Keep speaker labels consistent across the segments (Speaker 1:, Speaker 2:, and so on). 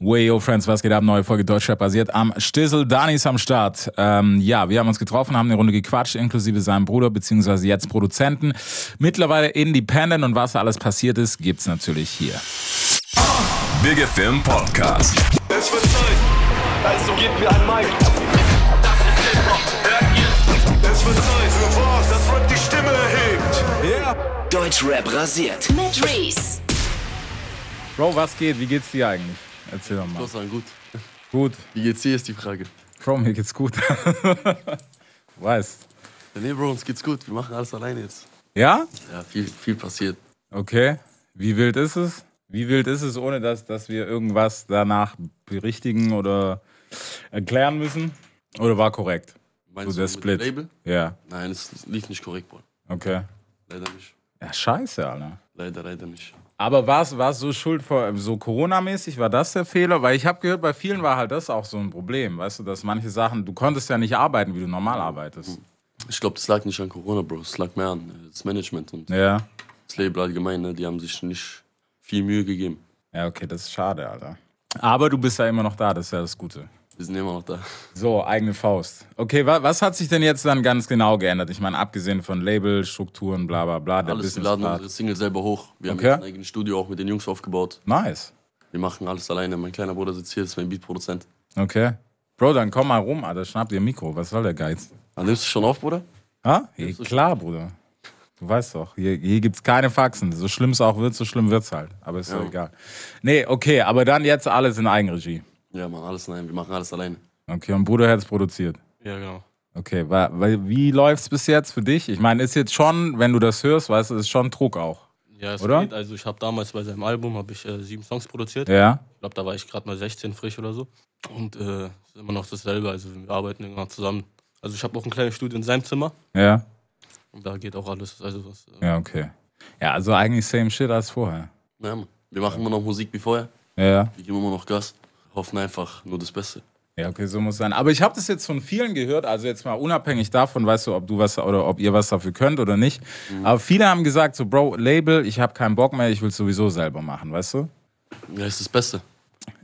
Speaker 1: Way yo, Friends, was geht ab? Neue Folge Deutschland basiert am Stissel. Dani ist am Start. Ähm, ja, wir haben uns getroffen, haben eine Runde gequatscht, inklusive seinem Bruder, beziehungsweise jetzt Produzenten. Mittlerweile independent und was da alles passiert ist, gibt's natürlich hier.
Speaker 2: Big Film Podcast.
Speaker 3: Es wird Zeit. Also gebt mir ein Mic. Das ist Hip-Hop. Hört ihr? Es wird Zeit. Für was? Das Rap die Stimme erhebt.
Speaker 4: Deutschrap rasiert.
Speaker 5: Mit Reese.
Speaker 1: Bro, was geht? Wie geht's dir eigentlich? Erzähl doch mal.
Speaker 6: muss sagen, gut.
Speaker 1: Gut.
Speaker 6: Wie geht's dir, ist die Frage.
Speaker 1: Bro, mir geht's gut. Weißt.
Speaker 6: Ja, nee, Bro, uns geht's gut. Wir machen alles alleine jetzt.
Speaker 1: Ja?
Speaker 6: Ja, viel, viel passiert.
Speaker 1: Okay. Wie wild ist es? Wie wild ist es, ohne dass, dass wir irgendwas danach berichtigen oder erklären müssen? Oder war korrekt?
Speaker 6: Meinst
Speaker 1: So, der
Speaker 6: mit dem
Speaker 1: Split.
Speaker 6: Label?
Speaker 1: Ja,
Speaker 6: Nein, es lief nicht korrekt, Bro.
Speaker 1: okay.
Speaker 6: Leider nicht.
Speaker 1: Ja, scheiße, Alter.
Speaker 6: Leider, leider nicht.
Speaker 1: Aber war es so schuld, vor- so Corona-mäßig, war das der Fehler? Weil ich habe gehört, bei vielen war halt das auch so ein Problem, weißt du, dass manche Sachen, du konntest ja nicht arbeiten, wie du normal arbeitest.
Speaker 6: Ich glaube, das lag nicht an Corona, Bro. Es lag mehr an äh, das Management und
Speaker 1: Ja.
Speaker 6: das Label allgemein. Ne? Die haben sich nicht viel Mühe gegeben.
Speaker 1: Ja, okay, das ist schade, Alter. Aber du bist ja immer noch da, das ist ja das Gute.
Speaker 6: Wir sind immer noch da.
Speaker 1: So, eigene Faust. Okay, wa was hat sich denn jetzt dann ganz genau geändert? Ich meine, abgesehen von Label, Strukturen, bla bla bla, der
Speaker 6: Alles, wir
Speaker 1: Businessplan.
Speaker 6: laden unsere Single selber hoch. Wir
Speaker 1: Okay.
Speaker 6: haben jetzt ein eigenes Studio auch mit den Jungs aufgebaut.
Speaker 1: Nice.
Speaker 6: Wir machen alles alleine. Mein kleiner Bruder sitzt hier, ist mein Beatproduzent.
Speaker 1: Okay. Bro, dann komm mal rum, Alter, schnapp dir ein Mikro. Was soll der Geiz?
Speaker 6: Ah, nimmst du schon auf, Bruder?
Speaker 1: Ha? Ja, klar, Bruder. Du weißt doch, hier, hier gibt's keine Faxen. So schlimm es auch wird, so schlimm wird's halt. Aber ist doch egal. Nee, okay, aber dann jetzt alles in Eigenregie.
Speaker 6: Ja, Mann, alles nein. Wir machen alles alleine.
Speaker 1: Okay, und Bruder hat's produziert.
Speaker 6: Ja, genau.
Speaker 1: Okay, wa wa wie läuft's bis jetzt für dich? Ich meine, ist jetzt schon, wenn du das hörst, weißt du, ist schon Druck auch.
Speaker 7: Ja, es
Speaker 1: Oder?
Speaker 7: geht. Also ich habe damals bei seinem Album hab ich, äh, sieben Songs produziert.
Speaker 1: Ja?
Speaker 7: Ich glaube, da war ich gerade mal 16 frisch oder so. Und äh, es ist immer noch dasselbe. Also wir arbeiten immer zusammen. Also ich habe auch ein kleines Studio in seinem Zimmer.
Speaker 1: Ja?
Speaker 7: Und da geht auch alles. Also was, äh,
Speaker 1: Ja, okay. Ja, also eigentlich same shit als vorher.
Speaker 6: Ja, Mann. Wir machen immer noch Musik wie vorher.
Speaker 1: Ja.
Speaker 6: Wir geben immer noch Gas. Hoffen einfach nur das Beste.
Speaker 1: Ja, okay, so muss sein. Aber ich habe das jetzt von vielen gehört, also jetzt mal unabhängig davon, weißt du, ob du was oder ob ihr was dafür könnt oder nicht.
Speaker 6: Mhm.
Speaker 1: Aber viele haben gesagt, so, Bro, Label, ich habe keinen Bock mehr, ich will sowieso selber machen, weißt du?
Speaker 6: Ja, ist das Beste.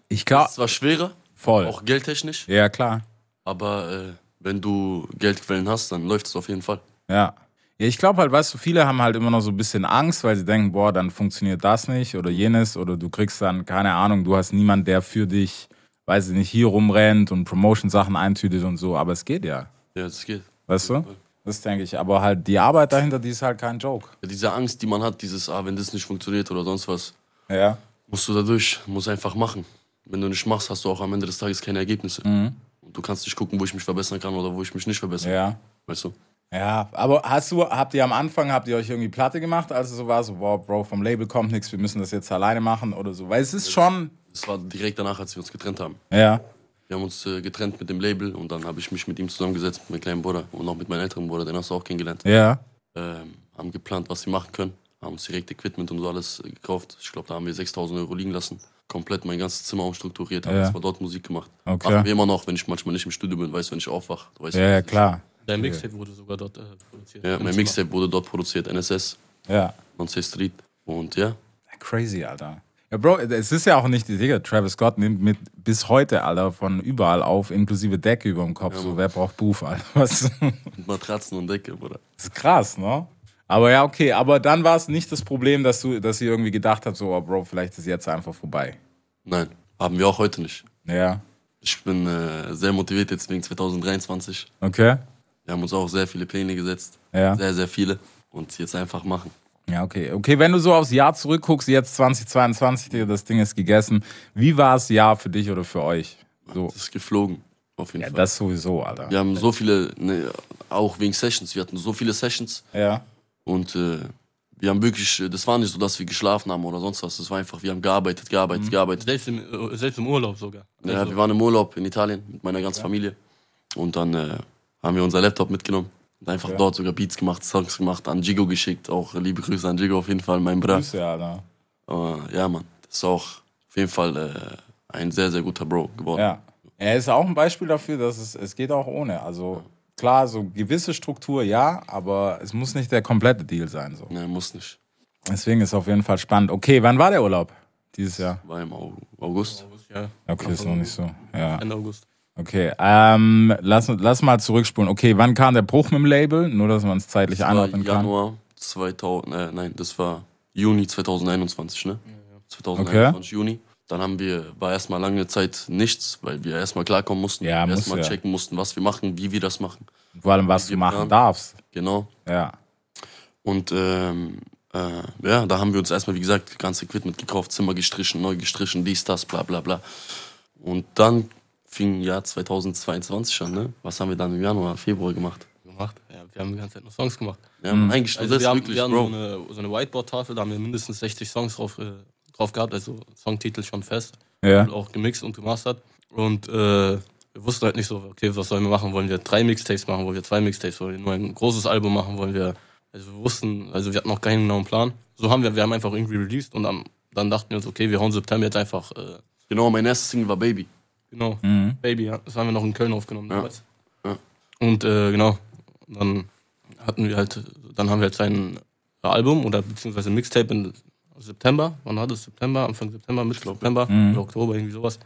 Speaker 1: Ich glaube,
Speaker 6: Es war schwerer,
Speaker 1: voll.
Speaker 6: auch geldtechnisch,
Speaker 1: Ja, klar.
Speaker 6: aber äh, wenn du Geldquellen hast, dann läuft es auf jeden Fall.
Speaker 1: Ja. Ja, ich glaube halt, weißt du, viele haben halt immer noch so ein bisschen Angst, weil sie denken, boah, dann funktioniert das nicht oder jenes oder du kriegst dann, keine Ahnung, du hast niemanden, der für dich, weiß ich nicht, hier rumrennt und Promotion-Sachen eintütet und so, aber es geht ja.
Speaker 6: Ja, das geht.
Speaker 1: Weißt du? Das denke ich. Aber halt die Arbeit dahinter, die ist halt kein Joke.
Speaker 6: Ja, diese Angst, die man hat, dieses, ah, wenn das nicht funktioniert oder sonst was,
Speaker 1: Ja.
Speaker 6: musst du da durch, musst einfach machen. Wenn du nicht machst, hast du auch am Ende des Tages keine Ergebnisse. Und du kannst nicht gucken, wo ich mich verbessern kann oder wo ich mich nicht verbessern
Speaker 1: Mhm. Ja.
Speaker 6: Weißt du?
Speaker 1: Ja, aber hast du, habt ihr am Anfang, habt ihr euch irgendwie Platte gemacht, als es so war, so, wow, Bro, vom Label kommt nichts, wir müssen das jetzt alleine machen oder so? Weil es ist schon.
Speaker 6: Das war direkt danach, als wir uns getrennt haben.
Speaker 1: Ja.
Speaker 6: Wir haben uns äh, getrennt mit dem Label und dann habe ich mich mit ihm zusammengesetzt, mit meinem kleinen Bruder und auch mit meinem älteren Bruder, den hast du auch kennengelernt.
Speaker 1: Ja.
Speaker 6: ähm, haben geplant, was sie machen können, haben uns direkt Equipment und so alles äh, gekauft. Ich glaube, da haben wir 6000 Euro liegen lassen. Komplett mein ganzes Zimmer umstrukturiert, haben
Speaker 1: Ja.
Speaker 6: zwar dort Musik gemacht.
Speaker 1: Okay.
Speaker 6: Machen wir immer noch, wenn ich manchmal nicht im Studio bin, weißt du, wenn ich aufwache. du Weißt
Speaker 1: Ja, ja, klar.
Speaker 7: dein Mixtape wurde sogar dort äh, produziert.
Speaker 6: Ja,
Speaker 7: Im
Speaker 6: mein
Speaker 7: Zimmer.
Speaker 6: Mixtape wurde dort produziert, NSS,
Speaker 1: Ja.
Speaker 6: Nancy Street. Und ja,
Speaker 1: Crazy, Alter. Ja, Bro, es ist ja auch nicht, Digga, Travis Scott nimmt mit bis heute, Alter, von überall auf, inklusive Decke über dem Kopf. so, wer braucht Buff, Alter? Was?
Speaker 6: mit Matratzen und Decke, Bruder.
Speaker 1: Das ist krass, ne? Aber ja, okay, aber dann war es nicht das Problem, dass du, dass ihr irgendwie gedacht habt, so, oh, Bro, vielleicht ist jetzt einfach vorbei.
Speaker 6: Nein, haben wir auch heute nicht.
Speaker 1: Ja,
Speaker 6: Ich bin äh, sehr motiviert jetzt wegen 2023.
Speaker 1: okay.
Speaker 6: Wir haben uns auch sehr viele Pläne gesetzt.
Speaker 1: Ja.
Speaker 6: Sehr, sehr viele. Und jetzt einfach machen.
Speaker 1: Ja, okay. Okay, wenn du so aufs Jahr zurückguckst, jetzt 2022, Digga, das Ding ist gegessen. Wie war das Jahr für dich oder für euch? So,
Speaker 6: Das ist geflogen, auf jeden
Speaker 1: ja,
Speaker 6: Fall.
Speaker 1: das sowieso, Alter.
Speaker 6: Wir haben so viele, ne, auch wegen Sessions, wir hatten so viele Sessions
Speaker 1: Ja.
Speaker 6: und äh, wir haben wirklich, äh, das war nicht so, dass wir geschlafen haben oder sonst was, das war einfach, wir haben gearbeitet, gearbeitet,
Speaker 1: Mhm.
Speaker 6: gearbeitet.
Speaker 7: Selbst im, äh, selbst im Urlaub sogar.
Speaker 6: Ja,
Speaker 7: Also,
Speaker 6: wir waren im Urlaub in Italien mit meiner ganzen Familie und dann äh, haben wir unser Laptop mitgenommen und einfach dort sogar Beats gemacht, Songs gemacht, an Gigo geschickt, auch äh, liebe Grüße an Gigo auf jeden Fall, mein Bruder.
Speaker 1: Grüße, Alter.
Speaker 6: Äh, ja, Mann, das ist auch auf jeden Fall äh, ein sehr, sehr guter Bro geworden.
Speaker 1: Ja. Er ist auch ein Beispiel dafür, dass es, es geht auch ohne. Also, klar, so gewisse Struktur, ja, aber es muss nicht der komplette Deal sein, so.
Speaker 6: Nein, muss nicht.
Speaker 1: Deswegen ist es auf jeden Fall spannend. Okay, wann war der Urlaub dieses Jahr?
Speaker 6: War im Au- August.
Speaker 7: ja.
Speaker 1: Okay, ist noch nicht so. Ja.
Speaker 7: Ende August.
Speaker 1: Okay, ähm, lass, lass mal zurückspulen. Okay, wann kam der Bruch mit dem Label? Nur, dass man es zeitlich
Speaker 6: Das war
Speaker 1: einordnen kann.
Speaker 6: Januar 2000, äh, nein, das war Juni 2021, ne? 2021, Juni. Dann haben wir, war erstmal lange Zeit nichts, weil wir erstmal klarkommen mussten.
Speaker 1: Ja,
Speaker 6: wir
Speaker 1: muss
Speaker 6: erstmal
Speaker 1: ja.
Speaker 6: checken mussten, was wir machen, wie wir das machen.
Speaker 1: Vor allem, was du machen darfst.
Speaker 6: Genau.
Speaker 1: Ja.
Speaker 6: Und ähm, äh, ja, da haben wir uns erstmal, wie gesagt, das ganze Equipment gekauft, Zimmer gestrichen, neu gestrichen, dies, das, bla bla bla. Und dann fing Jahr 2022 an, ne? Was haben wir dann im Januar, Februar gemacht?
Speaker 7: Gemacht. Ja, wir haben die ganze Zeit noch Songs gemacht.
Speaker 6: Wir haben eingestellt,
Speaker 7: Also
Speaker 6: das
Speaker 7: wir
Speaker 6: ist
Speaker 7: haben,
Speaker 6: wirklich,
Speaker 7: wir haben
Speaker 6: Bro.
Speaker 7: so eine, so eine Whiteboard-Tafel, da haben wir mindestens 60 Songs drauf, äh, drauf gehabt, also Songtitel schon fest.
Speaker 1: Ja.
Speaker 7: Und auch gemixt und gemastert. Und äh, wir wussten halt nicht so, okay, was sollen wir machen? Wollen wir drei Mixtapes machen? Wollen wir zwei Mixtapes? Wollen wir nur ein großes Album machen? Wollen wir. Also wir wussten, also wir hatten noch keinen genauen Plan. So haben wir, wir haben einfach irgendwie released und dann, dann dachten wir uns, okay, wir hauen September jetzt einfach. Äh,
Speaker 6: Genau, mein erstes Single war Baby.
Speaker 7: Genau.
Speaker 1: Mhm.
Speaker 7: Baby, ja. Das haben wir noch in Köln aufgenommen damals.
Speaker 6: Ja.
Speaker 7: Und äh, genau, dann hatten wir halt, dann haben wir halt sein Album oder beziehungsweise Mixtape im September, wann war das? September, Anfang September, Mitte September oder Oktober, irgendwie sowas,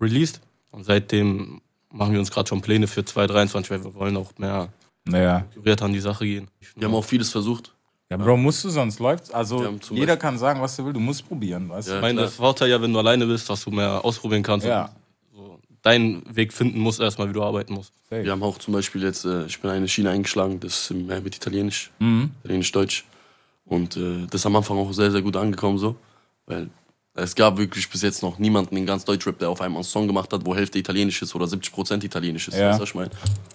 Speaker 7: released. Und seitdem machen wir uns gerade schon Pläne für 2023, weil wir wollen auch mehr
Speaker 1: Naja.
Speaker 7: gerührt an die Sache gehen.
Speaker 6: Wir haben auch vieles versucht.
Speaker 1: Ja, Bro, musst du, sonst läuft's. Also,
Speaker 6: Wir haben zum
Speaker 1: jeder kann sagen, was er will. Du musst probieren, weißt
Speaker 7: ich
Speaker 1: du?
Speaker 7: meine,
Speaker 6: klar.
Speaker 7: das Vorteil ja, wenn du alleine bist, dass du mehr ausprobieren kannst
Speaker 1: Ja.
Speaker 7: und so deinen Weg finden musst, erstmal, wie du arbeiten musst.
Speaker 6: Wir haben auch zum Beispiel jetzt, äh, ich bin eine Schiene eingeschlagen, das im- äh, mit Italienisch, Italienisch-Deutsch. Und äh, das ist am Anfang auch sehr, sehr gut angekommen so. Weil es gab wirklich bis jetzt noch niemanden in ganz Deutschrap, der auf einmal einen Song gemacht hat, wo Hälfte Italienisch ist oder 70% Italienisch ist.
Speaker 1: Ja.
Speaker 6: Weißt du, was ich meine?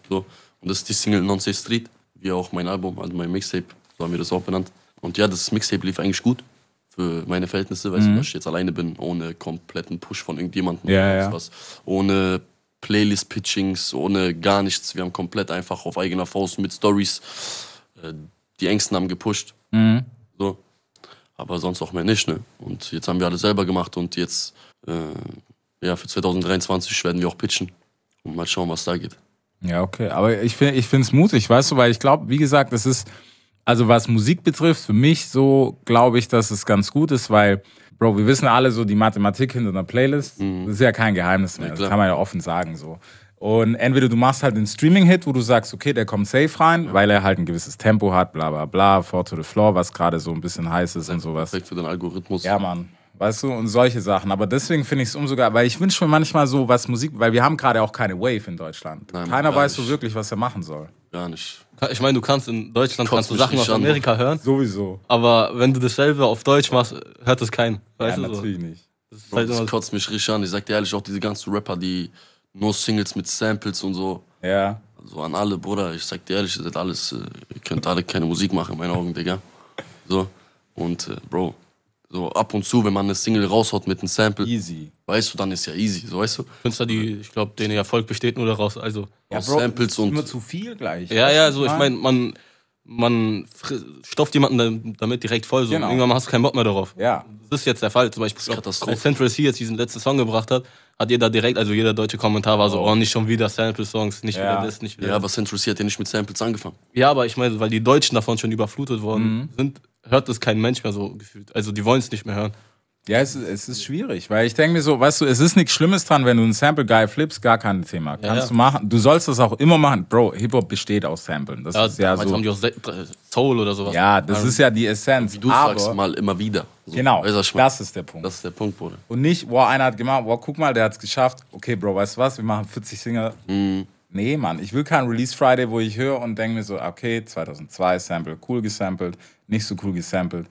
Speaker 6: So. Und das ist die Single Non Se Street, wie auch mein Album, also mein Mixtape, so haben wir das auch benannt. Und ja, das Mixtape lief eigentlich gut für meine Verhältnisse, weißt du, dass ich jetzt alleine bin, ohne kompletten Push von irgendjemandem
Speaker 1: Ja,
Speaker 6: oder
Speaker 1: ja.
Speaker 6: sonst was. Ohne Playlist-Pitchings, ohne gar nichts. Wir haben komplett einfach auf eigener Faust mit Stories äh, die Ängsten haben gepusht.
Speaker 1: Mhm.
Speaker 6: So. Aber sonst auch mehr nicht, ne? Und jetzt haben wir alles selber gemacht und jetzt, äh, ja, für 2023 werden wir auch pitchen. Und mal schauen, was da geht.
Speaker 1: Ja, okay. Aber ich finde ich find's mutig, weißt du, weil ich glaube, wie gesagt, das ist, also was Musik betrifft, für mich so glaube ich, dass es ganz gut ist, weil, Bro, wir wissen alle so die Mathematik hinter einer Playlist. Das ist ja kein Geheimnis mehr. das
Speaker 6: klar.
Speaker 1: kann man ja offen sagen so. Und entweder du machst halt den Streaming-Hit, wo du sagst, okay, der kommt safe rein, weil er halt ein gewisses Tempo hat, bla bla bla, four to the floor, was gerade so ein bisschen heiß ist und sowas.
Speaker 6: Perfekt für den Algorithmus.
Speaker 1: Ja, Mann. Weißt du, und solche Sachen. Aber deswegen finde ich es umso geil, weil ich wünsche mir manchmal so was Musik, weil wir haben gerade auch keine Wave in Deutschland.
Speaker 6: Nein,
Speaker 1: Keiner
Speaker 6: gar
Speaker 1: weiß so
Speaker 6: nicht.
Speaker 1: wirklich, was er machen soll.
Speaker 6: Gar nicht.
Speaker 7: Ich meine, du kannst in Deutschland
Speaker 6: Kotzt
Speaker 7: kannst du
Speaker 6: mich
Speaker 7: Sachen
Speaker 6: nicht
Speaker 7: aus
Speaker 6: an.
Speaker 7: Amerika hören,
Speaker 1: Sowieso.
Speaker 7: aber wenn du dasselbe auf Deutsch machst, hört es kein.
Speaker 1: Ja,
Speaker 7: Weißt du so?
Speaker 1: natürlich nicht.
Speaker 7: Das ist
Speaker 6: Bro,
Speaker 7: halt
Speaker 6: das
Speaker 7: immer so.
Speaker 6: kotzt mich richtig an. Ich sag dir ehrlich, auch diese ganzen Rapper, die nur Singles mit Samples und so.
Speaker 1: Ja.
Speaker 6: So an alle, Bruder, ich sag dir ehrlich, ihr seid alles, äh, ihr könnt alle keine Musik machen in meinen Augen, Digga. So. Und äh, Bro, so ab und zu, wenn man eine Single raushaut mit einem Sample,
Speaker 1: Easy.
Speaker 6: weißt du, dann ist ja easy, so weißt du?
Speaker 7: Künstler, die, ich glaube, denen ihr Erfolg besteht nur daraus. Also,
Speaker 1: Ja,
Speaker 6: Aus Samples
Speaker 1: ist
Speaker 6: und-
Speaker 1: immer zu viel gleich.
Speaker 7: ja, ja, so, ich
Speaker 1: Nein.
Speaker 7: meine, man, man fri- stopft jemanden da- damit direkt voll. So.
Speaker 1: Genau.
Speaker 7: Irgendwann hast du keinen Bock mehr darauf.
Speaker 1: Ja.
Speaker 7: Das ist jetzt der Fall. Zum Beispiel, ich glaub,
Speaker 6: Katastrophe.
Speaker 7: als Central C jetzt diesen letzten Song gebracht hat, hat jeder direkt, also jeder deutsche Kommentar war so, oh, nicht schon wieder Sample-Songs, nicht
Speaker 1: Ja.
Speaker 7: wieder das, nicht wieder
Speaker 6: Ja,
Speaker 7: das.
Speaker 6: aber Central C hat ja nicht mit Samples angefangen.
Speaker 7: Ja, aber ich meine, weil die Deutschen davon schon überflutet worden
Speaker 1: Mhm.
Speaker 7: sind, hört das kein Mensch mehr so gefühlt. Also die wollen es nicht mehr hören.
Speaker 1: Ja, es ist, es ist schwierig, weil ich denke mir so, weißt du, es ist nichts Schlimmes dran, wenn du einen Sample geil flippst, gar kein Thema. Kannst
Speaker 7: ja.
Speaker 1: du machen, du sollst das auch immer machen. Bro, Hip-Hop besteht aus Samplen. Das
Speaker 7: Ja,
Speaker 1: ist ja
Speaker 7: damals haben
Speaker 1: so.
Speaker 7: die auch Se äh, Soul oder sowas.
Speaker 1: Ja, das ist ja die Essenz.
Speaker 6: Du
Speaker 1: aber,
Speaker 6: sagst mal immer wieder. So,
Speaker 1: Genau,
Speaker 6: Weißt du, was ich mein?
Speaker 1: das ist der Punkt.
Speaker 6: das ist der Punkt, Bruder.
Speaker 1: Und nicht, boah, einer hat gemacht, boah, guck mal, der hat's geschafft. Okay, Bro, weißt du was, wir machen 40 Singer. Nee, Mann, ich will keinen Release Friday, wo ich höre und denke mir so, okay, 2002 Sample, cool gesampelt, nicht so cool gesampelt.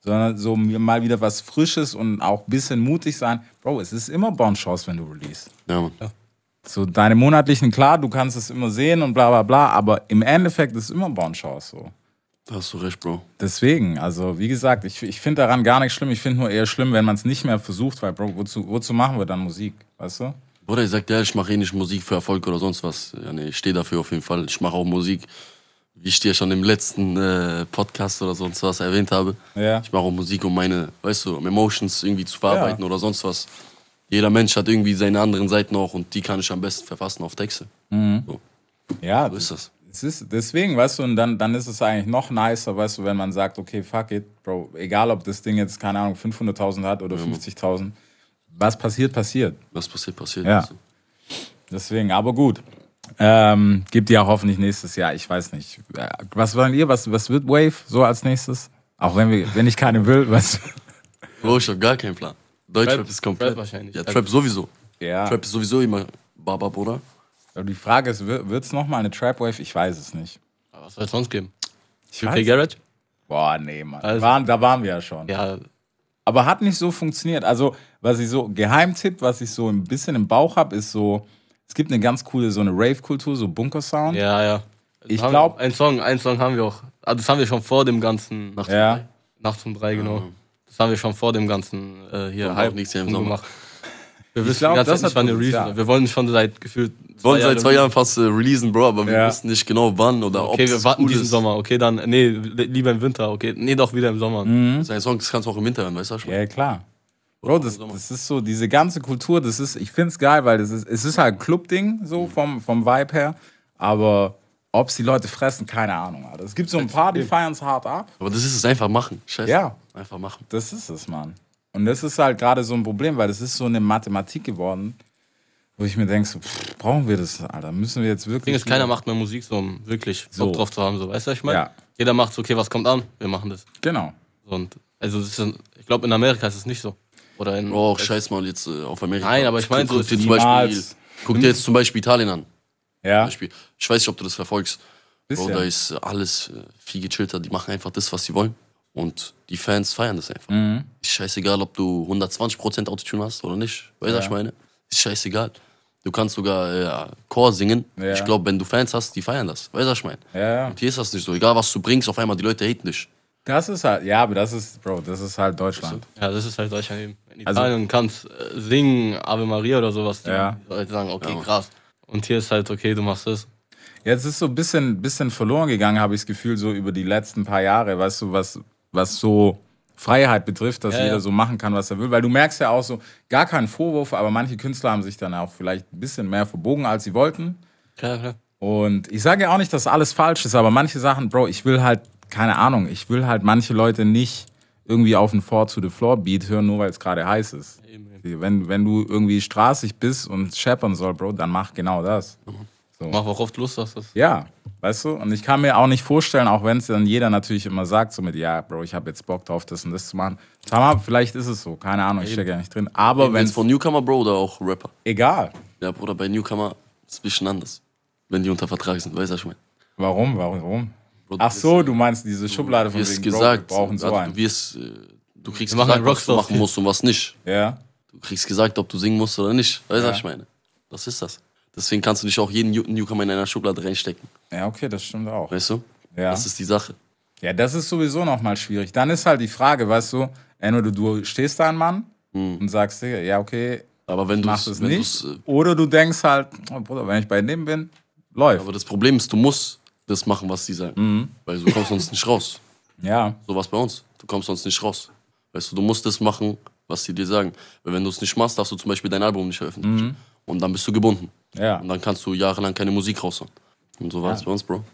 Speaker 1: Sondern so mir mal wieder was Frisches und auch ein bisschen mutig sein. Bro, es ist immer Bonchance, wenn du release.
Speaker 6: Ja, Mann.
Speaker 1: So, deine monatlichen, klar, du kannst es immer sehen und bla bla bla, aber im Endeffekt ist es immer Bonchance so.
Speaker 6: Da hast du recht, Bro.
Speaker 1: Deswegen, also wie gesagt, ich, ich finde daran gar nichts schlimm. Ich finde nur eher schlimm, wenn man es nicht mehr versucht, weil, Bro, wozu, wozu machen wir dann Musik? Weißt du?
Speaker 6: Bruder, ich sag dir ehrlich, ich mache eh nicht Musik für Erfolg oder sonst was. Ja, nee, ich stehe dafür auf jeden Fall. Ich mache auch Musik, wie ich dir schon im letzten äh, Podcast oder sonst was erwähnt habe.
Speaker 1: Ja.
Speaker 6: Ich mache auch Musik, um meine, weißt du, um Emotions irgendwie zu verarbeiten oder sonst was. Jeder Mensch hat irgendwie seine anderen Seiten auch und die kann ich am besten verfassen auf Texte. So,
Speaker 1: Ja,
Speaker 6: so ist das.
Speaker 1: es ist deswegen, weißt du, und dann, dann ist es eigentlich noch nicer, weißt du, wenn man sagt, okay, fuck it, Bro, egal ob das Ding jetzt, keine Ahnung, 500.000 hat oder 50.000, was passiert, passiert.
Speaker 6: Was passiert, passiert.
Speaker 1: Ja. Deswegen, aber gut. Ähm, gibt ja hoffentlich nächstes Jahr, ich weiß nicht. Äh, Was wollen ihr? Was, was wird Wave so als nächstes? Auch wenn, wir, wenn ich keine will, was.
Speaker 6: Bro, ich hab gar keinen Plan. Deutschrap
Speaker 7: Trap-
Speaker 6: ist komplett.
Speaker 7: Trap wahrscheinlich.
Speaker 6: Ja, Trap sowieso.
Speaker 1: Ja.
Speaker 6: Trap ist sowieso immer Baba, Bruder.
Speaker 1: Aber die Frage ist, wird es nochmal eine Trap Wave? Ich weiß es nicht.
Speaker 7: Aber was soll es sonst geben?
Speaker 1: Ich
Speaker 7: UK
Speaker 1: weiß,
Speaker 7: Garage?
Speaker 1: boah, nee, Mann.
Speaker 7: Also-
Speaker 1: waren, da waren wir ja schon.
Speaker 7: Ja,
Speaker 1: Aber hat nicht so funktioniert. Also, was ich so, Geheimtipp, was ich so ein bisschen im Bauch habe, ist so, es gibt eine ganz coole, so eine Rave-Kultur, so Bunker-Sound.
Speaker 7: ja, ja.
Speaker 1: Ich
Speaker 7: Haben-
Speaker 1: glaub-
Speaker 7: Ein Song, ein Song haben wir auch. Also das haben wir schon vor dem ganzen. Nacht
Speaker 1: Ja.
Speaker 7: Nachts um drei, genau. Das haben wir schon vor dem ganzen äh, hier
Speaker 6: Kommt auch
Speaker 7: Hype
Speaker 6: nichts hier im
Speaker 7: Ding
Speaker 6: Sommer.
Speaker 7: gemacht. Wir wissen
Speaker 1: glaub,
Speaker 7: die ganze
Speaker 1: das
Speaker 7: Zeit nicht,
Speaker 1: hat
Speaker 7: wann der
Speaker 1: Potenzial.
Speaker 7: Release ist. Wir wollen schon seit gefühlt.
Speaker 6: Wir wollen seit zwei Jahren fast äh, releasen, Bro, aber wir
Speaker 1: Ja.
Speaker 6: wissen nicht genau wann oder ob
Speaker 7: Okay, wir
Speaker 6: es
Speaker 7: warten
Speaker 6: cool
Speaker 7: diesen
Speaker 6: ist.
Speaker 7: Sommer. Okay, dann. Nee, li- lieber im Winter. Okay, nee, doch wieder im Sommer.
Speaker 6: Sein Song, das kannst du auch im Winter hören, weißt du schon?
Speaker 1: Ja, klar. Bro, das, das ist so, diese ganze Kultur, das ist, ich find's geil, weil das ist, es ist halt ein Club-Ding, so vom, vom Vibe her. Aber ob's die Leute fressen, keine Ahnung, Alter. Es gibt so ein paar, die feiern's hart ab.
Speaker 6: Aber das ist es, einfach machen. Scheiße.
Speaker 1: Ja.
Speaker 6: Einfach machen.
Speaker 1: Das ist es, Mann. Und das ist halt gerade so ein Problem, weil das ist so eine Mathematik geworden, wo ich mir denke, so, pff, brauchen wir das, Alter? Müssen wir jetzt wirklich.
Speaker 7: Ding ist, keiner macht mehr Musik, so um wirklich
Speaker 1: So.
Speaker 7: Bock drauf zu haben. So, weißt du, was ich meine?
Speaker 1: Ja.
Speaker 7: Jeder macht so, okay, was kommt an? Wir machen das.
Speaker 1: Genau.
Speaker 7: So, Und also, das ist, ich glaube, in Amerika ist es nicht so. Oder in.
Speaker 6: Bro, scheiß mal jetzt äh, auf Amerika.
Speaker 7: Nein, aber ich meine so,
Speaker 6: guck, dir zum Beispiel,
Speaker 1: niemals.
Speaker 6: guck dir jetzt zum Beispiel Italien an.
Speaker 1: Ja.
Speaker 6: Beispiel. Ich weiß nicht, ob du das verfolgst. Bro,
Speaker 1: Bisschen.
Speaker 6: da ist äh, alles äh, viel gechillter. Die machen einfach das, was sie wollen. Und die Fans feiern das einfach. Ist scheißegal, ob du 120% Autotune hast oder nicht. Weißt du, was ich meine? Ist scheißegal. Du kannst sogar äh, Chor singen.
Speaker 1: Ja.
Speaker 6: Ich glaube, wenn du Fans hast, die feiern das. Weißt du, was ich meine?
Speaker 1: Ja.
Speaker 6: Und hier ist das nicht so. Egal, was du bringst, auf einmal die Leute haten dich.
Speaker 1: Das ist halt, ja, aber das ist, Bro, das ist halt Deutschland.
Speaker 7: Ja, das ist halt Deutschland eben. In
Speaker 1: Also-
Speaker 7: Italien kannst äh, singen Ave Maria oder sowas. Die
Speaker 1: Ja.
Speaker 7: Leute sagen, okay,
Speaker 6: Ja.
Speaker 7: krass. Und hier ist halt, okay, du machst das.
Speaker 1: Jetzt ist so ein bisschen, bisschen verloren gegangen, habe ich das Gefühl, so über die letzten paar Jahre, weißt du, was, was so Freiheit betrifft, dass
Speaker 7: Ja,
Speaker 1: jeder
Speaker 7: ja.
Speaker 1: so machen kann, was er will. Weil du merkst ja auch so, gar keinen Vorwurf, aber manche Künstler haben sich dann auch vielleicht ein bisschen mehr verbogen, als sie wollten.
Speaker 7: Klar, klar.
Speaker 1: Und ich sage ja auch nicht, dass alles falsch ist, aber manche Sachen, Bro, ich will halt, keine Ahnung, ich will halt manche Leute nicht irgendwie auf den Four to the Floor Beat hören, nur weil es gerade heiß ist. Wenn, wenn du irgendwie straßig bist und scheppern soll, Bro, dann mach genau das.
Speaker 7: Mach auch oft Lust, dass das.
Speaker 1: Ja, weißt du? Und ich kann mir auch nicht vorstellen, auch wenn es dann jeder natürlich immer sagt, so mit, ja, Bro, ich habe jetzt Bock drauf, das und das zu machen. Tamam, vielleicht ist es so, keine Ahnung, ich stecke ja nicht drin. Aber wenn
Speaker 6: Wenn
Speaker 1: es
Speaker 6: es von Newcomer, Bro, oder auch Rapper.
Speaker 1: egal.
Speaker 6: Ja, Bruder, bei Newcomer ist es ein bisschen anders. Wenn die unter Vertrag sind, weißt du, was ich meine?
Speaker 1: Warum, warum?
Speaker 6: Bro,
Speaker 1: Ach
Speaker 6: das
Speaker 1: so,
Speaker 6: ist,
Speaker 1: du meinst diese Schublade von
Speaker 6: Wie es
Speaker 1: wegen,
Speaker 6: gesagt,
Speaker 1: Bro, wir brauchen so
Speaker 6: also,
Speaker 1: einen.
Speaker 6: wie es, äh, du kriegst
Speaker 7: Wir machen
Speaker 6: gesagt,
Speaker 7: einen
Speaker 6: was du
Speaker 7: Rockstar.
Speaker 6: machen musst und was nicht.
Speaker 1: Ja.
Speaker 6: Du kriegst gesagt, ob du singen musst oder nicht. Weißt du, was ich meine? Das ist das. Deswegen kannst du nicht auch jeden New- Newcomer in einer Schublade reinstecken.
Speaker 1: Ja, okay, das stimmt auch.
Speaker 6: Weißt du?
Speaker 1: Ja.
Speaker 6: Das ist die Sache.
Speaker 1: Ja, das ist sowieso nochmal schwierig. Dann ist halt die Frage, weißt du, entweder du stehst da ein Mann und sagst, Digga, ja, okay,
Speaker 6: Aber Hm. wenn du
Speaker 1: machst es
Speaker 6: wenn du's,
Speaker 1: nicht.
Speaker 6: äh,
Speaker 1: Oder du denkst halt, oh, Bruder, wenn ich bei dem bin, läuft.
Speaker 6: Aber das Problem ist, du musst das machen, was die sagen.
Speaker 1: Mhm.
Speaker 6: Weil du kommst sonst nicht raus.
Speaker 1: Ja,
Speaker 6: So was bei uns. Du kommst sonst nicht raus. Weißt du, du musst das machen, was sie dir sagen. Weil wenn du es nicht machst, darfst du zum Beispiel dein Album nicht veröffentlichen. Und dann bist du gebunden.
Speaker 1: Mhm. ja.
Speaker 6: Und dann kannst du jahrelang keine Musik raushauen. Und so war es bei uns, Bro.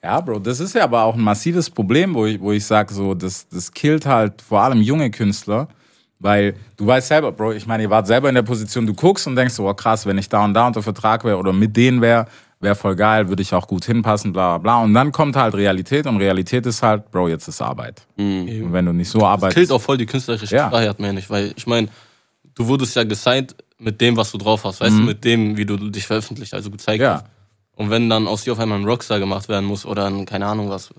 Speaker 1: Ja, Bro, das ist ja aber auch ein massives Problem, wo ich, wo ich sage, so, das, das killt halt vor allem junge Künstler, weil du weißt selber, Bro, ich meine, ihr wart selber in der Position, du guckst und denkst so, oh krass, wenn ich da und da unter Vertrag wäre oder mit denen wäre, wäre voll geil, würde ich auch gut hinpassen, bla bla bla. Und dann kommt halt Realität und Realität ist halt, Bro, jetzt ist Arbeit. Und wenn du nicht so
Speaker 7: Mhm. Killt
Speaker 1: arbeitest.
Speaker 7: auch voll die künstlerische
Speaker 1: Ja.
Speaker 7: Sprache, hat man ja nicht. Weil ich meine, du wurdest ja gesigned mit dem, was du drauf hast. Weißt du, mit dem, wie du dich veröffentlicht, also gezeigt
Speaker 1: Mhm. Ja.
Speaker 7: hast. Und wenn dann aus dir auf einmal ein Rockstar gemacht werden muss oder ein, keine Ahnung was,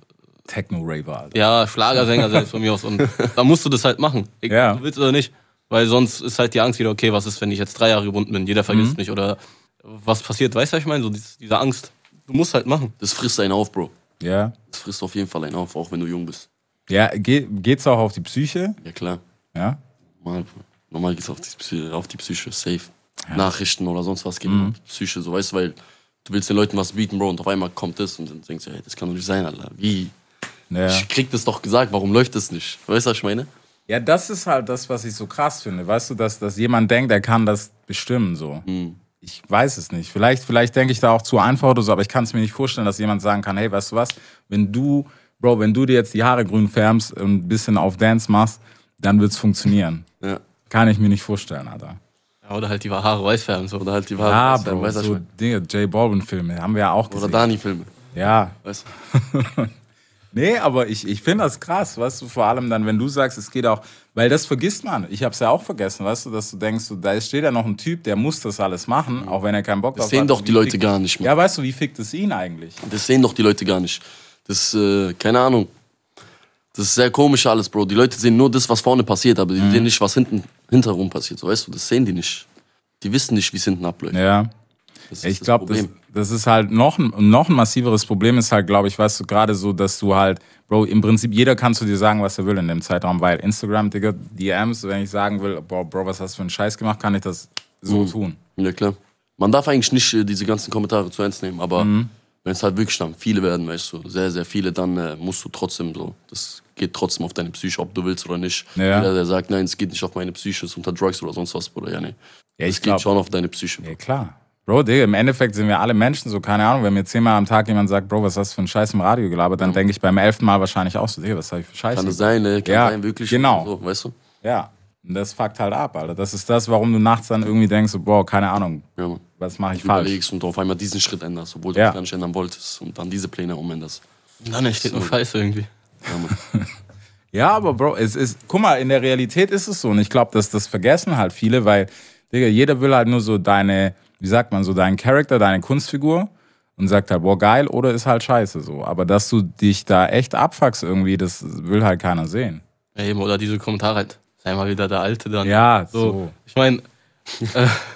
Speaker 1: Techno-Raver, Alter.
Speaker 7: Ja, Schlagersänger selbst von mir aus. Und da musst du das halt machen. Egal,
Speaker 1: Ja.
Speaker 7: ob du willst oder nicht. Weil sonst ist halt die Angst wieder, okay, was ist, wenn ich jetzt drei Jahre gebunden bin, jeder
Speaker 1: Mhm.
Speaker 7: vergisst mich oder was passiert, weißt du, was ich meine? So dies- diese Angst. Du musst halt machen.
Speaker 6: Das frisst einen auf, Bro.
Speaker 1: Ja.
Speaker 6: Das frisst auf jeden Fall einen auf, auch wenn du jung bist.
Speaker 1: Ja, ge geht's auch auf die Psyche?
Speaker 6: Ja, klar.
Speaker 1: Ja.
Speaker 6: Normal, Bro. Normal geht's auf die, Psy- auf die Psyche, safe. Nachrichten oder sonst was geht
Speaker 1: Mhm.
Speaker 6: auf die Psyche, so weißt du, weil du willst den Leuten was bieten, Bro, und auf einmal kommt das und dann denkst du, hey, das kann doch nicht sein, Alter. Wie?
Speaker 1: Ja.
Speaker 6: Ich krieg das doch gesagt, warum läuft das nicht? Weißt du, was ich meine?
Speaker 1: Ja, das ist halt das, was ich so krass finde. Weißt du, dass, dass jemand denkt, er kann das bestimmen so.
Speaker 6: Hm.
Speaker 1: Ich weiß es nicht. Vielleicht, vielleicht denke ich da auch zu einfach oder so, aber ich kann es mir nicht vorstellen, dass jemand sagen kann, hey, weißt du was, wenn du, Bro, wenn du dir jetzt die Haare grün färbst und ein bisschen auf Dance machst, dann wird's funktionieren.
Speaker 6: Ja. Also,
Speaker 1: Kann ich mir nicht vorstellen, Alter.
Speaker 7: Oder halt die Haare weiß färben. So.
Speaker 6: Oder halt die
Speaker 1: Ah,
Speaker 6: Wahrheit.
Speaker 1: Bro,
Speaker 6: weiß
Speaker 1: so Dinge, J Balvin-Filme, haben wir ja auch
Speaker 6: Oder
Speaker 1: gesehen.
Speaker 6: Dani-Filme.
Speaker 1: ja,
Speaker 6: Weißt du?
Speaker 1: Nee, aber ich, ich finde das krass, weißt du, vor allem dann, wenn du sagst, es geht auch, weil das vergisst man. Ich habe es ja auch vergessen, weißt du, dass du denkst, so, da steht ja noch ein Typ, der muss das alles machen, auch wenn er keinen Bock drauf hat.
Speaker 6: Mhm. sehen doch die
Speaker 1: Wie
Speaker 6: Leute
Speaker 1: fickt-
Speaker 6: gar nicht, Mann.
Speaker 1: Ja, weißt du, wie fickt es ihn eigentlich?
Speaker 6: Das sehen doch die Leute gar nicht. Das, äh, keine Ahnung. Das ist sehr komisch alles, Bro. Die Leute sehen nur das, was vorne passiert, aber die
Speaker 1: Mhm.
Speaker 6: sehen nicht, was hinten hinterherum passiert. So, weißt du, das sehen die nicht. Die wissen nicht, wie es hinten abläuft.
Speaker 1: Ja.
Speaker 6: Das ist
Speaker 1: Ich glaube, das,
Speaker 6: Problem.
Speaker 1: das ist halt noch, ein- noch ein massiveres Problem, ist halt, glaube ich, weißt du, gerade so, dass du halt, Bro, im Prinzip jeder kann zu dir sagen, was er will in dem Zeitraum, weil Instagram, Digga, DMs, wenn ich sagen will, boah, Bro, was hast du für einen Scheiß gemacht, kann ich das
Speaker 6: Mhm.
Speaker 1: so tun.
Speaker 6: Ja, klar. Man darf eigentlich nicht äh, diese ganzen Kommentare zu ernst nehmen, aber
Speaker 1: Mhm.
Speaker 6: wenn es halt wirklich dann viele werden, weißt du, sehr, sehr viele, dann äh, musst du trotzdem so. Das geht trotzdem auf deine Psyche, ob du willst oder nicht.
Speaker 1: Ja.
Speaker 6: Jeder, der sagt, nein, es geht nicht auf meine Psyche, ist unter Drugs oder sonst was, Bruder. Ja, nee.
Speaker 1: Ja,
Speaker 6: es
Speaker 1: ich
Speaker 6: geht
Speaker 1: glaub-
Speaker 6: schon auf deine Psyche. Bro.
Speaker 1: Ja, klar. Bro, Digga, im Endeffekt sind wir alle Menschen, so keine Ahnung. Wenn mir zehnmal am Tag jemand sagt, Bro, was hast du für einen Scheiß im Radio gelabert, dann denke ich beim elften Mal wahrscheinlich auch so, Digga, was hab ich für Scheiße?
Speaker 6: Kann es sein, ne? Kann
Speaker 1: Ja,
Speaker 6: sein, wirklich.
Speaker 1: genau.
Speaker 6: So, weißt du?
Speaker 1: Ja. Und das fuckt halt ab, Alter. Das ist das, warum du nachts dann irgendwie denkst, so, boah, keine Ahnung,
Speaker 6: Ja, Mann.
Speaker 1: was mache ich falsch?
Speaker 6: überlegst und auf einmal diesen Schritt änderst, obwohl du
Speaker 1: Ja.
Speaker 6: es gar nicht ändern wolltest und dann diese Pläne umänderst.
Speaker 7: Dann entsteht nur Scheiße irgendwie.
Speaker 6: Ja, Mann.
Speaker 1: Ja, aber Bro, es ist, guck mal, in der Realität ist es so. Und ich glaube, dass das vergessen halt viele, weil, Digga, jeder will halt nur so deine, wie sagt man, so deinen Charakter, deine Kunstfigur und sagt halt, boah, geil oder ist halt scheiße so. Aber dass du dich da echt abfuckst irgendwie, das will halt keiner sehen.
Speaker 7: Ja, eben, oder diese Kommentare halt. Sei mal wieder der Alte dann.
Speaker 1: Ja,
Speaker 7: So.
Speaker 1: so.
Speaker 7: Ich meine,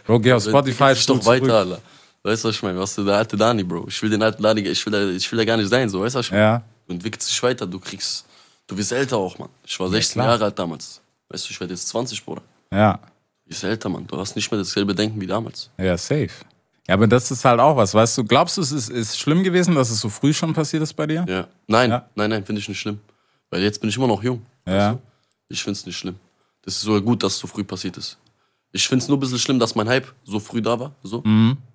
Speaker 1: Bro, geh auf Spotify,
Speaker 6: Gib's doch
Speaker 1: spul zurück.
Speaker 6: weiter, Alter. Weißt du, was ich meine? Was ist der alte Dani, Bro? Ich will den alten Dani, ich will, da- ich will da gar nicht sein, so, weißt du, was ich meine?
Speaker 1: Ja.
Speaker 6: Du entwickelst dich weiter, du kriegst, du wirst älter auch, Mann. Ich war 16
Speaker 1: klar.
Speaker 6: Jahre alt damals. Weißt du, ich werde jetzt 20, Bruder.
Speaker 1: Ja,
Speaker 6: Du bist älter, Mann. Du hast nicht mehr dasselbe Denken wie damals.
Speaker 1: ja, safe. Ja, aber das ist halt auch was, weißt du? Glaubst du, es ist, ist schlimm gewesen, dass es so früh schon passiert ist bei dir?
Speaker 6: Ja. Nein,
Speaker 1: Ja.
Speaker 6: nein, nein, finde ich nicht schlimm. Weil jetzt bin ich immer noch jung.
Speaker 1: Ja.
Speaker 6: Ich finde es nicht schlimm. Das ist sogar gut, dass es so früh passiert ist. Ich finde es nur ein bisschen schlimm, dass mein Hype so früh da war. So.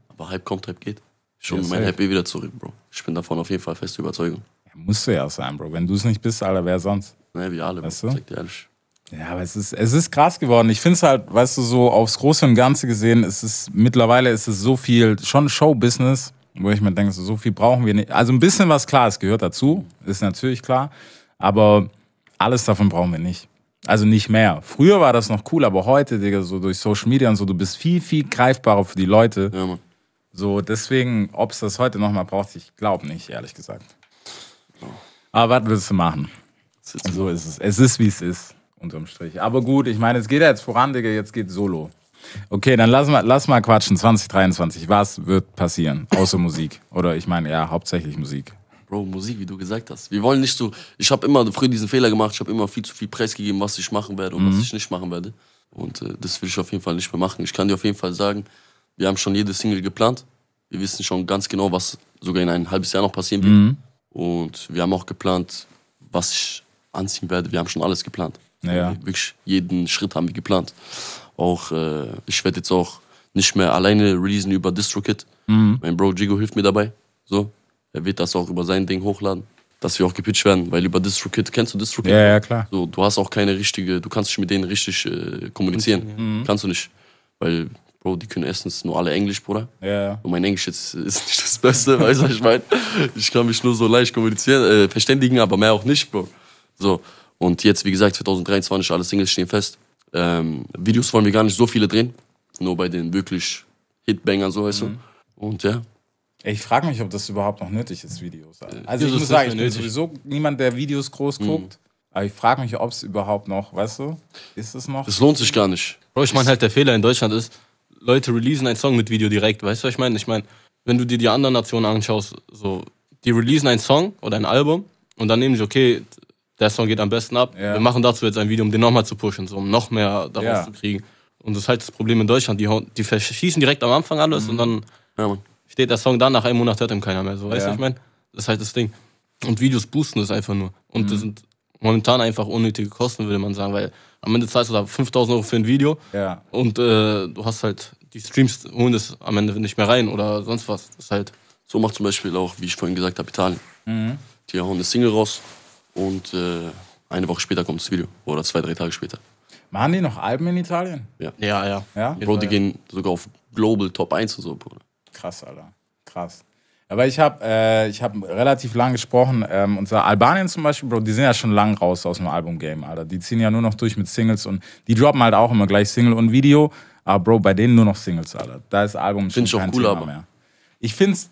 Speaker 6: Aber Hype kommt, Hype geht. Ich hole
Speaker 1: Mhm. Ja,
Speaker 6: mir mein
Speaker 1: safe.
Speaker 6: Hype eh wieder zurück, Bro. Ich bin davon auf jeden Fall feste Überzeugung.
Speaker 1: Musst du ja auch sein, Bro. Wenn du es nicht bist, Alter, wer sonst?
Speaker 6: Naja, wir Ne, alle, Bro.
Speaker 1: Weißt du?
Speaker 6: Sag dir ehrlich.
Speaker 1: Ja, aber es ist, es ist krass geworden. Ich finde es halt, weißt du, so aufs Große und Ganze gesehen, es ist mittlerweile ist es so viel, schon Showbusiness, wo ich mir denke, so, so viel brauchen wir nicht. Also ein bisschen was klar, es gehört dazu, ist natürlich klar, aber alles davon brauchen wir nicht. Also nicht mehr. Früher war das noch cool, aber heute, Digga, so durch Social Media und so, du bist viel, viel greifbarer für die Leute.
Speaker 6: Ja, Mann.
Speaker 1: So, deswegen, ob es das heute nochmal braucht, ich glaube nicht, ehrlich gesagt. Aber was willst du machen?
Speaker 6: Das ist jetzt-
Speaker 1: So ist es. Es ist, wie es ist, unterm Strich. Aber gut, ich meine, es geht ja jetzt voran, Digga, jetzt geht solo. Okay, dann lass mal, lass mal quatschen. 2023, was wird passieren? Außer Musik. Oder ich meine, ja, hauptsächlich Musik.
Speaker 6: Bro, Musik, wie du gesagt hast. Wir wollen nicht so. Ich habe immer früher diesen Fehler gemacht. Ich habe immer viel zu viel preisgegeben, was ich machen werde
Speaker 1: Mhm.
Speaker 6: und was ich nicht machen werde. Und äh, das will ich auf jeden Fall nicht mehr machen. Ich kann dir auf jeden Fall sagen, wir haben schon jede Single geplant. Wir wissen schon ganz genau, was sogar in ein halbes Jahr noch passieren wird. Und wir haben auch geplant, was ich anziehen werde. Wir haben schon alles geplant. Äh,
Speaker 1: Ja.
Speaker 6: Wirklich jeden Schritt haben wir geplant. Auch äh, ich werde jetzt auch nicht mehr alleine releasen über DistroKid.
Speaker 1: Mhm.
Speaker 6: Mein Bro Jigo hilft mir dabei. So, er wird das auch über sein Ding hochladen, dass wir auch gepitcht werden, weil über DistroKid kennst du DistroKid?
Speaker 1: Ja, ja, klar.
Speaker 6: So, du hast auch keine richtige, du kannst nicht mit denen richtig äh, kommunizieren. Kannst du nicht, weil Bro, die können erstens nur alle Englisch, Bruder.
Speaker 1: Ja.
Speaker 6: Und mein Englisch jetzt ist nicht das Beste, weißt du, was ich meine? Ich kann mich nur so leicht kommunizieren, äh, verständigen, aber mehr auch nicht, Bro. So, und jetzt, wie gesagt, 2023, alle Singles stehen fest. Ähm, Videos wollen wir gar nicht so viele drehen, nur bei den wirklich Hitbangern, so heißt
Speaker 7: Mhm.
Speaker 6: du. Und ja,
Speaker 1: Ich frage mich, ob das überhaupt noch nötig ist, Videos. Also ich
Speaker 7: Videos
Speaker 1: muss
Speaker 7: ist
Speaker 1: sagen, ich
Speaker 7: nicht
Speaker 1: bin
Speaker 7: nötig.
Speaker 1: sowieso niemand, der Videos groß guckt. Aber ich frage mich, ob es überhaupt noch, weißt du, ist es noch?
Speaker 6: es lohnt sich gar nicht.
Speaker 7: Bro, ich meine halt, der Fehler in Deutschland ist, Leute releasen einen Song mit Video direkt. Weißt du, was ich meine? Ich meine, wenn du dir die anderen Nationen anschaust, so, die releasen einen Song oder ein Album und dann nehmen sie, okay, der Song geht am besten ab.
Speaker 1: Ja.
Speaker 7: Wir machen dazu jetzt ein Video, um den nochmal zu pushen, so, um noch mehr daraus
Speaker 1: Ja.
Speaker 7: zu kriegen. Und das ist halt das Problem in Deutschland. Die, hauen- die verschießen direkt am Anfang
Speaker 1: Mhm.
Speaker 7: alles und dann
Speaker 6: Ja, Mann.
Speaker 7: steht der Song da, nach einem Monat hört ihm keiner mehr. So, weißt du,
Speaker 1: Ja.
Speaker 7: ich meine? Das ist halt das Ding. Und Videos boosten das einfach nur. Und
Speaker 1: Mhm.
Speaker 7: das sind momentan einfach unnötige Kosten, würde man sagen, weil am Ende zahlst du da 5000 Euro für ein Video
Speaker 1: Ja.
Speaker 7: und äh, du hast halt, die Streams holen das am Ende nicht mehr rein oder sonst was. Das ist halt,
Speaker 6: So macht zum Beispiel auch, wie ich vorhin gesagt habe, Italien.
Speaker 7: Mhm.
Speaker 6: Die hauen eine Single raus und äh, eine Woche später kommt das Video oder zwei, drei Tage später.
Speaker 1: Machen die noch Alben in Italien?
Speaker 7: Ja, ja.
Speaker 1: Ja?
Speaker 6: Bro, die gehen sogar auf Global Top 1 und so, Bruder.
Speaker 1: Krass, Alter. Krass. Aber ich habe äh, ich hab relativ lang gesprochen. Ähm, unser Albanien zum Beispiel, Bro, die sind ja schon lang raus aus dem Album-Game, Alter. Die ziehen ja nur noch durch mit Singles und die droppen halt auch immer gleich Single und Video. Aber Bro, bei denen nur noch Singles, Alter. Da ist Album schon
Speaker 6: Find ich auch
Speaker 1: kein
Speaker 6: cool,
Speaker 1: Thema
Speaker 6: aber-
Speaker 1: mehr. Ich find's,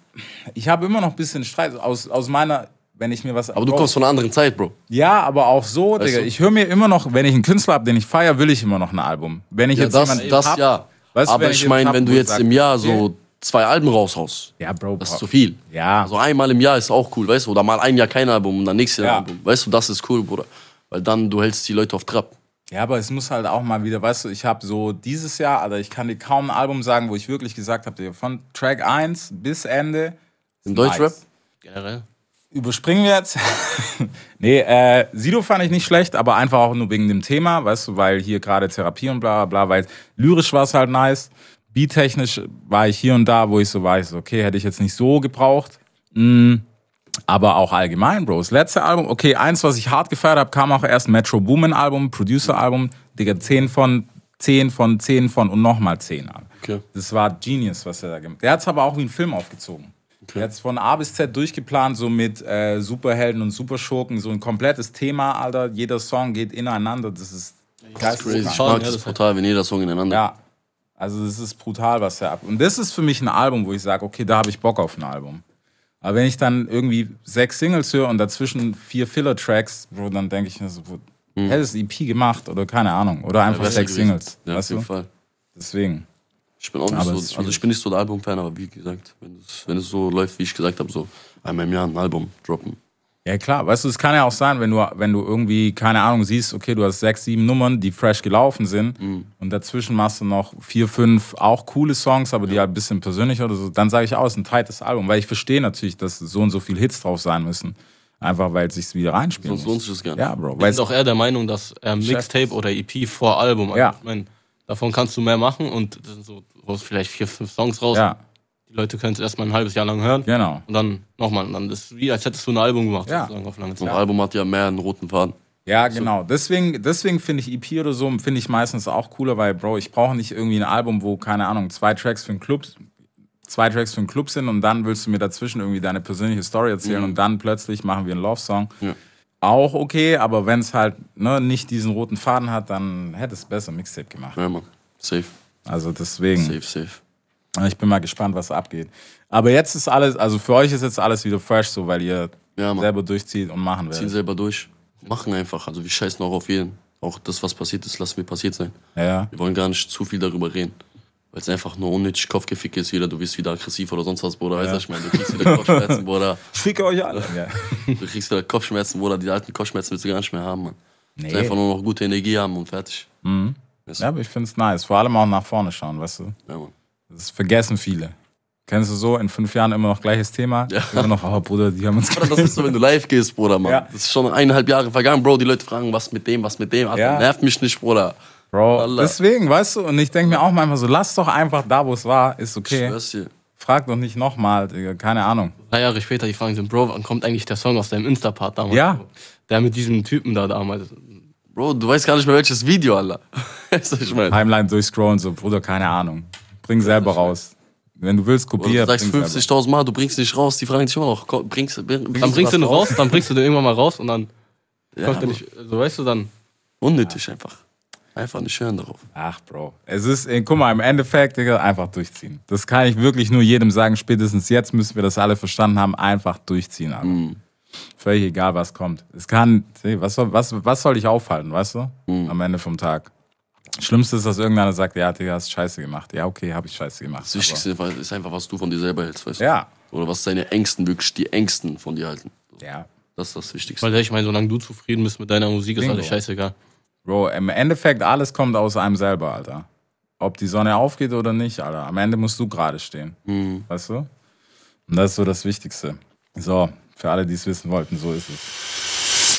Speaker 1: ich habe immer noch ein bisschen Streit aus, aus meiner, wenn ich mir was.
Speaker 6: Aber du kommst von einer anderen Zeit, Bro.
Speaker 1: Ja, aber auch so, Digga.
Speaker 6: du?
Speaker 1: Ich höre mir immer noch, wenn ich einen Künstler hab, den ich feier, will ich immer noch ein Album. Wenn ich
Speaker 6: Ja,
Speaker 1: jetzt
Speaker 6: das,
Speaker 1: jemanden
Speaker 6: das
Speaker 1: hab,
Speaker 6: ja.
Speaker 1: weißt du,
Speaker 6: Aber
Speaker 1: wenn
Speaker 6: ich
Speaker 1: ich
Speaker 6: meine,
Speaker 1: jemanden
Speaker 6: wenn
Speaker 1: hab,
Speaker 6: du
Speaker 1: wo ich
Speaker 6: jetzt
Speaker 1: sag,
Speaker 6: im Jahr so zwei Alben raushaust,
Speaker 1: ja, Bro,
Speaker 6: das
Speaker 1: Bro.
Speaker 6: ist zu viel.
Speaker 1: Ja.
Speaker 6: Also einmal im Jahr ist auch cool, weißt du? Oder mal ein Jahr kein Album und dann nächstes Jahr
Speaker 1: Ja.
Speaker 6: ein Album. Weißt du, das ist cool, Bruder. Weil dann, du hältst die Leute auf Trab.
Speaker 1: Ja, aber es muss halt auch mal wieder, weißt du, ich habe so dieses Jahr, also ich kann dir kaum ein Album sagen, wo ich wirklich gesagt habe, von Track 1 bis Ende.
Speaker 6: Im Deutschrap?
Speaker 7: Generell.
Speaker 1: Überspringen wir jetzt. nee, äh, Sido fand ich nicht schlecht, aber einfach auch nur wegen dem Thema, weißt du, weil hier gerade Therapie und bla bla bla, weil lyrisch war es halt nice. Beattechnisch war ich hier und da, wo ich so war, ich so, okay, hätte ich jetzt nicht so gebraucht. Aber auch allgemein, Bro. Das letzte Album, okay, eins, was ich hart gefeiert habe, kam auch erst Metro Boomin Album, Producer Album, Digga, 10 von 10 von 10 von und nochmal 10 an.
Speaker 6: Okay.
Speaker 1: Das war Genius, was er da gemacht hat. Der hat es aber auch wie ein Film aufgezogen. Der hat von A bis Z durchgeplant, so mit äh, Superhelden und Superschurken, so ein komplettes Thema, Alter. Jeder Song geht ineinander. Das ist
Speaker 6: Crazy.
Speaker 1: geisteskrank.
Speaker 6: Ich
Speaker 7: Schaden,
Speaker 6: mag
Speaker 7: ja,
Speaker 6: das
Speaker 7: das-
Speaker 6: brutal, wenn jeder Song ineinander.
Speaker 1: Ja. Also das ist brutal, was er ab. Und das ist für mich ein Album, wo ich sage, okay, da habe ich Bock auf ein Album. Aber wenn ich dann irgendwie sechs Singles höre und dazwischen vier Filler-Tracks, Bro, dann denke ich mir so, wo, hättest du EP gemacht oder keine Ahnung. Oder einfach
Speaker 6: besser
Speaker 1: sechs
Speaker 6: gewesen.
Speaker 1: Singles.
Speaker 6: Hm. Ja, auf
Speaker 1: weißt
Speaker 6: jeden
Speaker 1: du?
Speaker 6: Fall.
Speaker 1: Deswegen.
Speaker 6: Ich bin auch nicht
Speaker 1: Aber
Speaker 6: so,
Speaker 1: es ist
Speaker 6: also ich bin nicht so der Album-Fan, aber wie gesagt, wenn es, wenn es so läuft, wie ich gesagt habe, so einmal im Jahr ein Album droppen.
Speaker 1: Ja klar, weißt du, es kann ja auch sein, wenn du, wenn du irgendwie, keine Ahnung, siehst, okay, du hast sechs, sieben Nummern, die fresh gelaufen sind
Speaker 6: Mhm.
Speaker 1: und dazwischen machst du noch vier, fünf auch coole Songs, aber die halt ein bisschen persönlicher oder so, dann sage ich auch, es ist ein tightes Album, weil ich verstehe natürlich, dass so und so viel Hits drauf sein müssen, einfach weil es sich wieder reinspielen
Speaker 6: Sonst lohnt
Speaker 1: muss.
Speaker 6: sich das gar nicht.
Speaker 1: Ja, Bro,
Speaker 7: Ich
Speaker 1: weil
Speaker 7: bin auch eher der Meinung, dass äh, Mixtape oder EP vor Album. Also
Speaker 1: Ja.
Speaker 7: Ich meine, davon kannst du mehr machen und das sind so du haust vielleicht vier, fünf Songs raus.
Speaker 1: ja,
Speaker 7: Die Leute können es erstmal ein halbes Jahr lang hören.
Speaker 1: genau.
Speaker 7: Und dann nochmal. Und dann ist es wie, als hättest du ein Album gemacht,
Speaker 1: Ja.
Speaker 7: sozusagen auf lange
Speaker 6: So
Speaker 7: Zeit.
Speaker 6: ein Album hat ja mehr einen roten Faden.
Speaker 1: Ja, genau. Deswegen, deswegen finde ich EP oder so, finde ich meistens auch cooler, weil, Bro, ich brauche nicht irgendwie ein Album, wo, keine Ahnung, zwei Tracks für einen Club, zwei Tracks für einen Club sind und dann willst du mir dazwischen irgendwie deine persönliche Story erzählen
Speaker 6: Mhm.
Speaker 1: und dann plötzlich machen wir einen Love-Song. Auch okay, aber wenn es halt ne, nicht diesen roten Faden hat, dann hätte es besser Mixtape gemacht.
Speaker 6: Ja, Mann. Safe,
Speaker 1: Also deswegen.
Speaker 6: safe, safe.
Speaker 1: Ich bin mal gespannt, was abgeht. Aber jetzt ist alles, also für euch ist jetzt alles wieder fresh, so weil ihr
Speaker 6: Ja, Mann.
Speaker 1: selber durchzieht und machen
Speaker 6: Ziehen
Speaker 1: werdet.
Speaker 6: selber durch. Machen einfach. Also wir scheißen auch auf jeden. Auch das, was passiert ist, lassen wir passiert sein.
Speaker 1: Ja.
Speaker 6: Wir wollen gar nicht zu viel darüber reden. Weil es einfach nur unnötig Kopfgefick ist, jeder, du wirst wieder aggressiv oder sonst was, Bruder. Weißt du, was ich meine, du kriegst wieder Kopfschmerzen, Bruder.
Speaker 1: Ich ficke euch alle. Ja.
Speaker 6: Du kriegst wieder Kopfschmerzen, Bruder. Die alten Kopfschmerzen willst du gar nicht mehr haben, Mann. Du willst
Speaker 1: Nee.
Speaker 6: Einfach nur noch gute Energie haben und fertig.
Speaker 1: Ja, aber ich finde es nice. Vor allem auch nach vorne schauen, weißt du?
Speaker 6: Ja, Mann.
Speaker 1: Das vergessen viele. Kennst du so, in fünf Jahren immer noch gleiches Thema? Ja. Immer noch, oh Bruder, die haben uns
Speaker 6: Bruder, das ist so, wenn du live gehst, Bruder, Mann.
Speaker 1: Ja.
Speaker 6: Das ist schon eineinhalb Jahre vergangen, Bro. Die Leute fragen, was mit dem, was mit dem. Alter,
Speaker 1: Ja.
Speaker 6: nervt mich nicht, Bruder.
Speaker 1: Bro,
Speaker 6: Allah.
Speaker 1: deswegen, weißt du, und ich denke mir auch manchmal so, lass doch einfach da, wo es war, ist okay.
Speaker 6: Schwör's dir.
Speaker 1: Frag doch nicht nochmal, Digga, keine Ahnung.
Speaker 7: Drei Jahre später, die fragen sind, Bro, wann kommt eigentlich der Song aus deinem Insta-Part damals?
Speaker 1: Ja.
Speaker 7: Der mit diesem Typen da damals.
Speaker 6: Bro, du weißt gar nicht mehr, welches Video, Alter. Weißt du, was ich meine?
Speaker 1: Timeline durchscrollen, so, Bruder, keine Ahnung. Bring selber raus. Wenn du willst,
Speaker 6: Oder
Speaker 1: kopier.
Speaker 6: du sagst
Speaker 1: bring
Speaker 6: 50.000 Mal, du bringst nicht raus, die fragen dich immer noch. komm, Bringst, bring,
Speaker 7: Dann bringst du
Speaker 6: was
Speaker 7: den raus, dann bringst du den irgendwann mal raus und dann
Speaker 6: Ja,
Speaker 7: kommt er nicht. So weißt du dann.
Speaker 6: unnötig einfach. Einfach nicht hören darauf.
Speaker 1: Ach, Bro. Es ist, äh, guck mal, im Endeffekt, Digga, einfach durchziehen. Das kann ich wirklich nur jedem sagen. Spätestens jetzt müssen wir das alle verstanden haben. Einfach durchziehen, Alter. Völlig egal, was kommt. Es kann, seh, was soll, was, was soll ich aufhalten, weißt du? Am Ende vom Tag. Schlimmste ist, dass irgendeiner sagt, ja, Digga, hast scheiße gemacht. Ja, okay, habe ich scheiße gemacht.
Speaker 6: Das Wichtigste ist einfach, was du von dir selber hältst, weißt du?
Speaker 1: Ja.
Speaker 6: Oder was deine Ängsten, wirklich die Ängsten von dir halten.
Speaker 1: Aber, ja.
Speaker 6: Das ist das Wichtigste.
Speaker 7: Weil ich meine, solange du zufrieden bist mit deiner Musik, ist
Speaker 1: Bingo.
Speaker 7: alles scheißegal.
Speaker 1: Bro, im Endeffekt, alles kommt aus einem selber, Alter. Ob die Sonne aufgeht oder nicht, Alter. Am Ende musst du gerade stehen. Weißt du? Und das ist so das Wichtigste. So, für alle, die es wissen wollten, so ist es.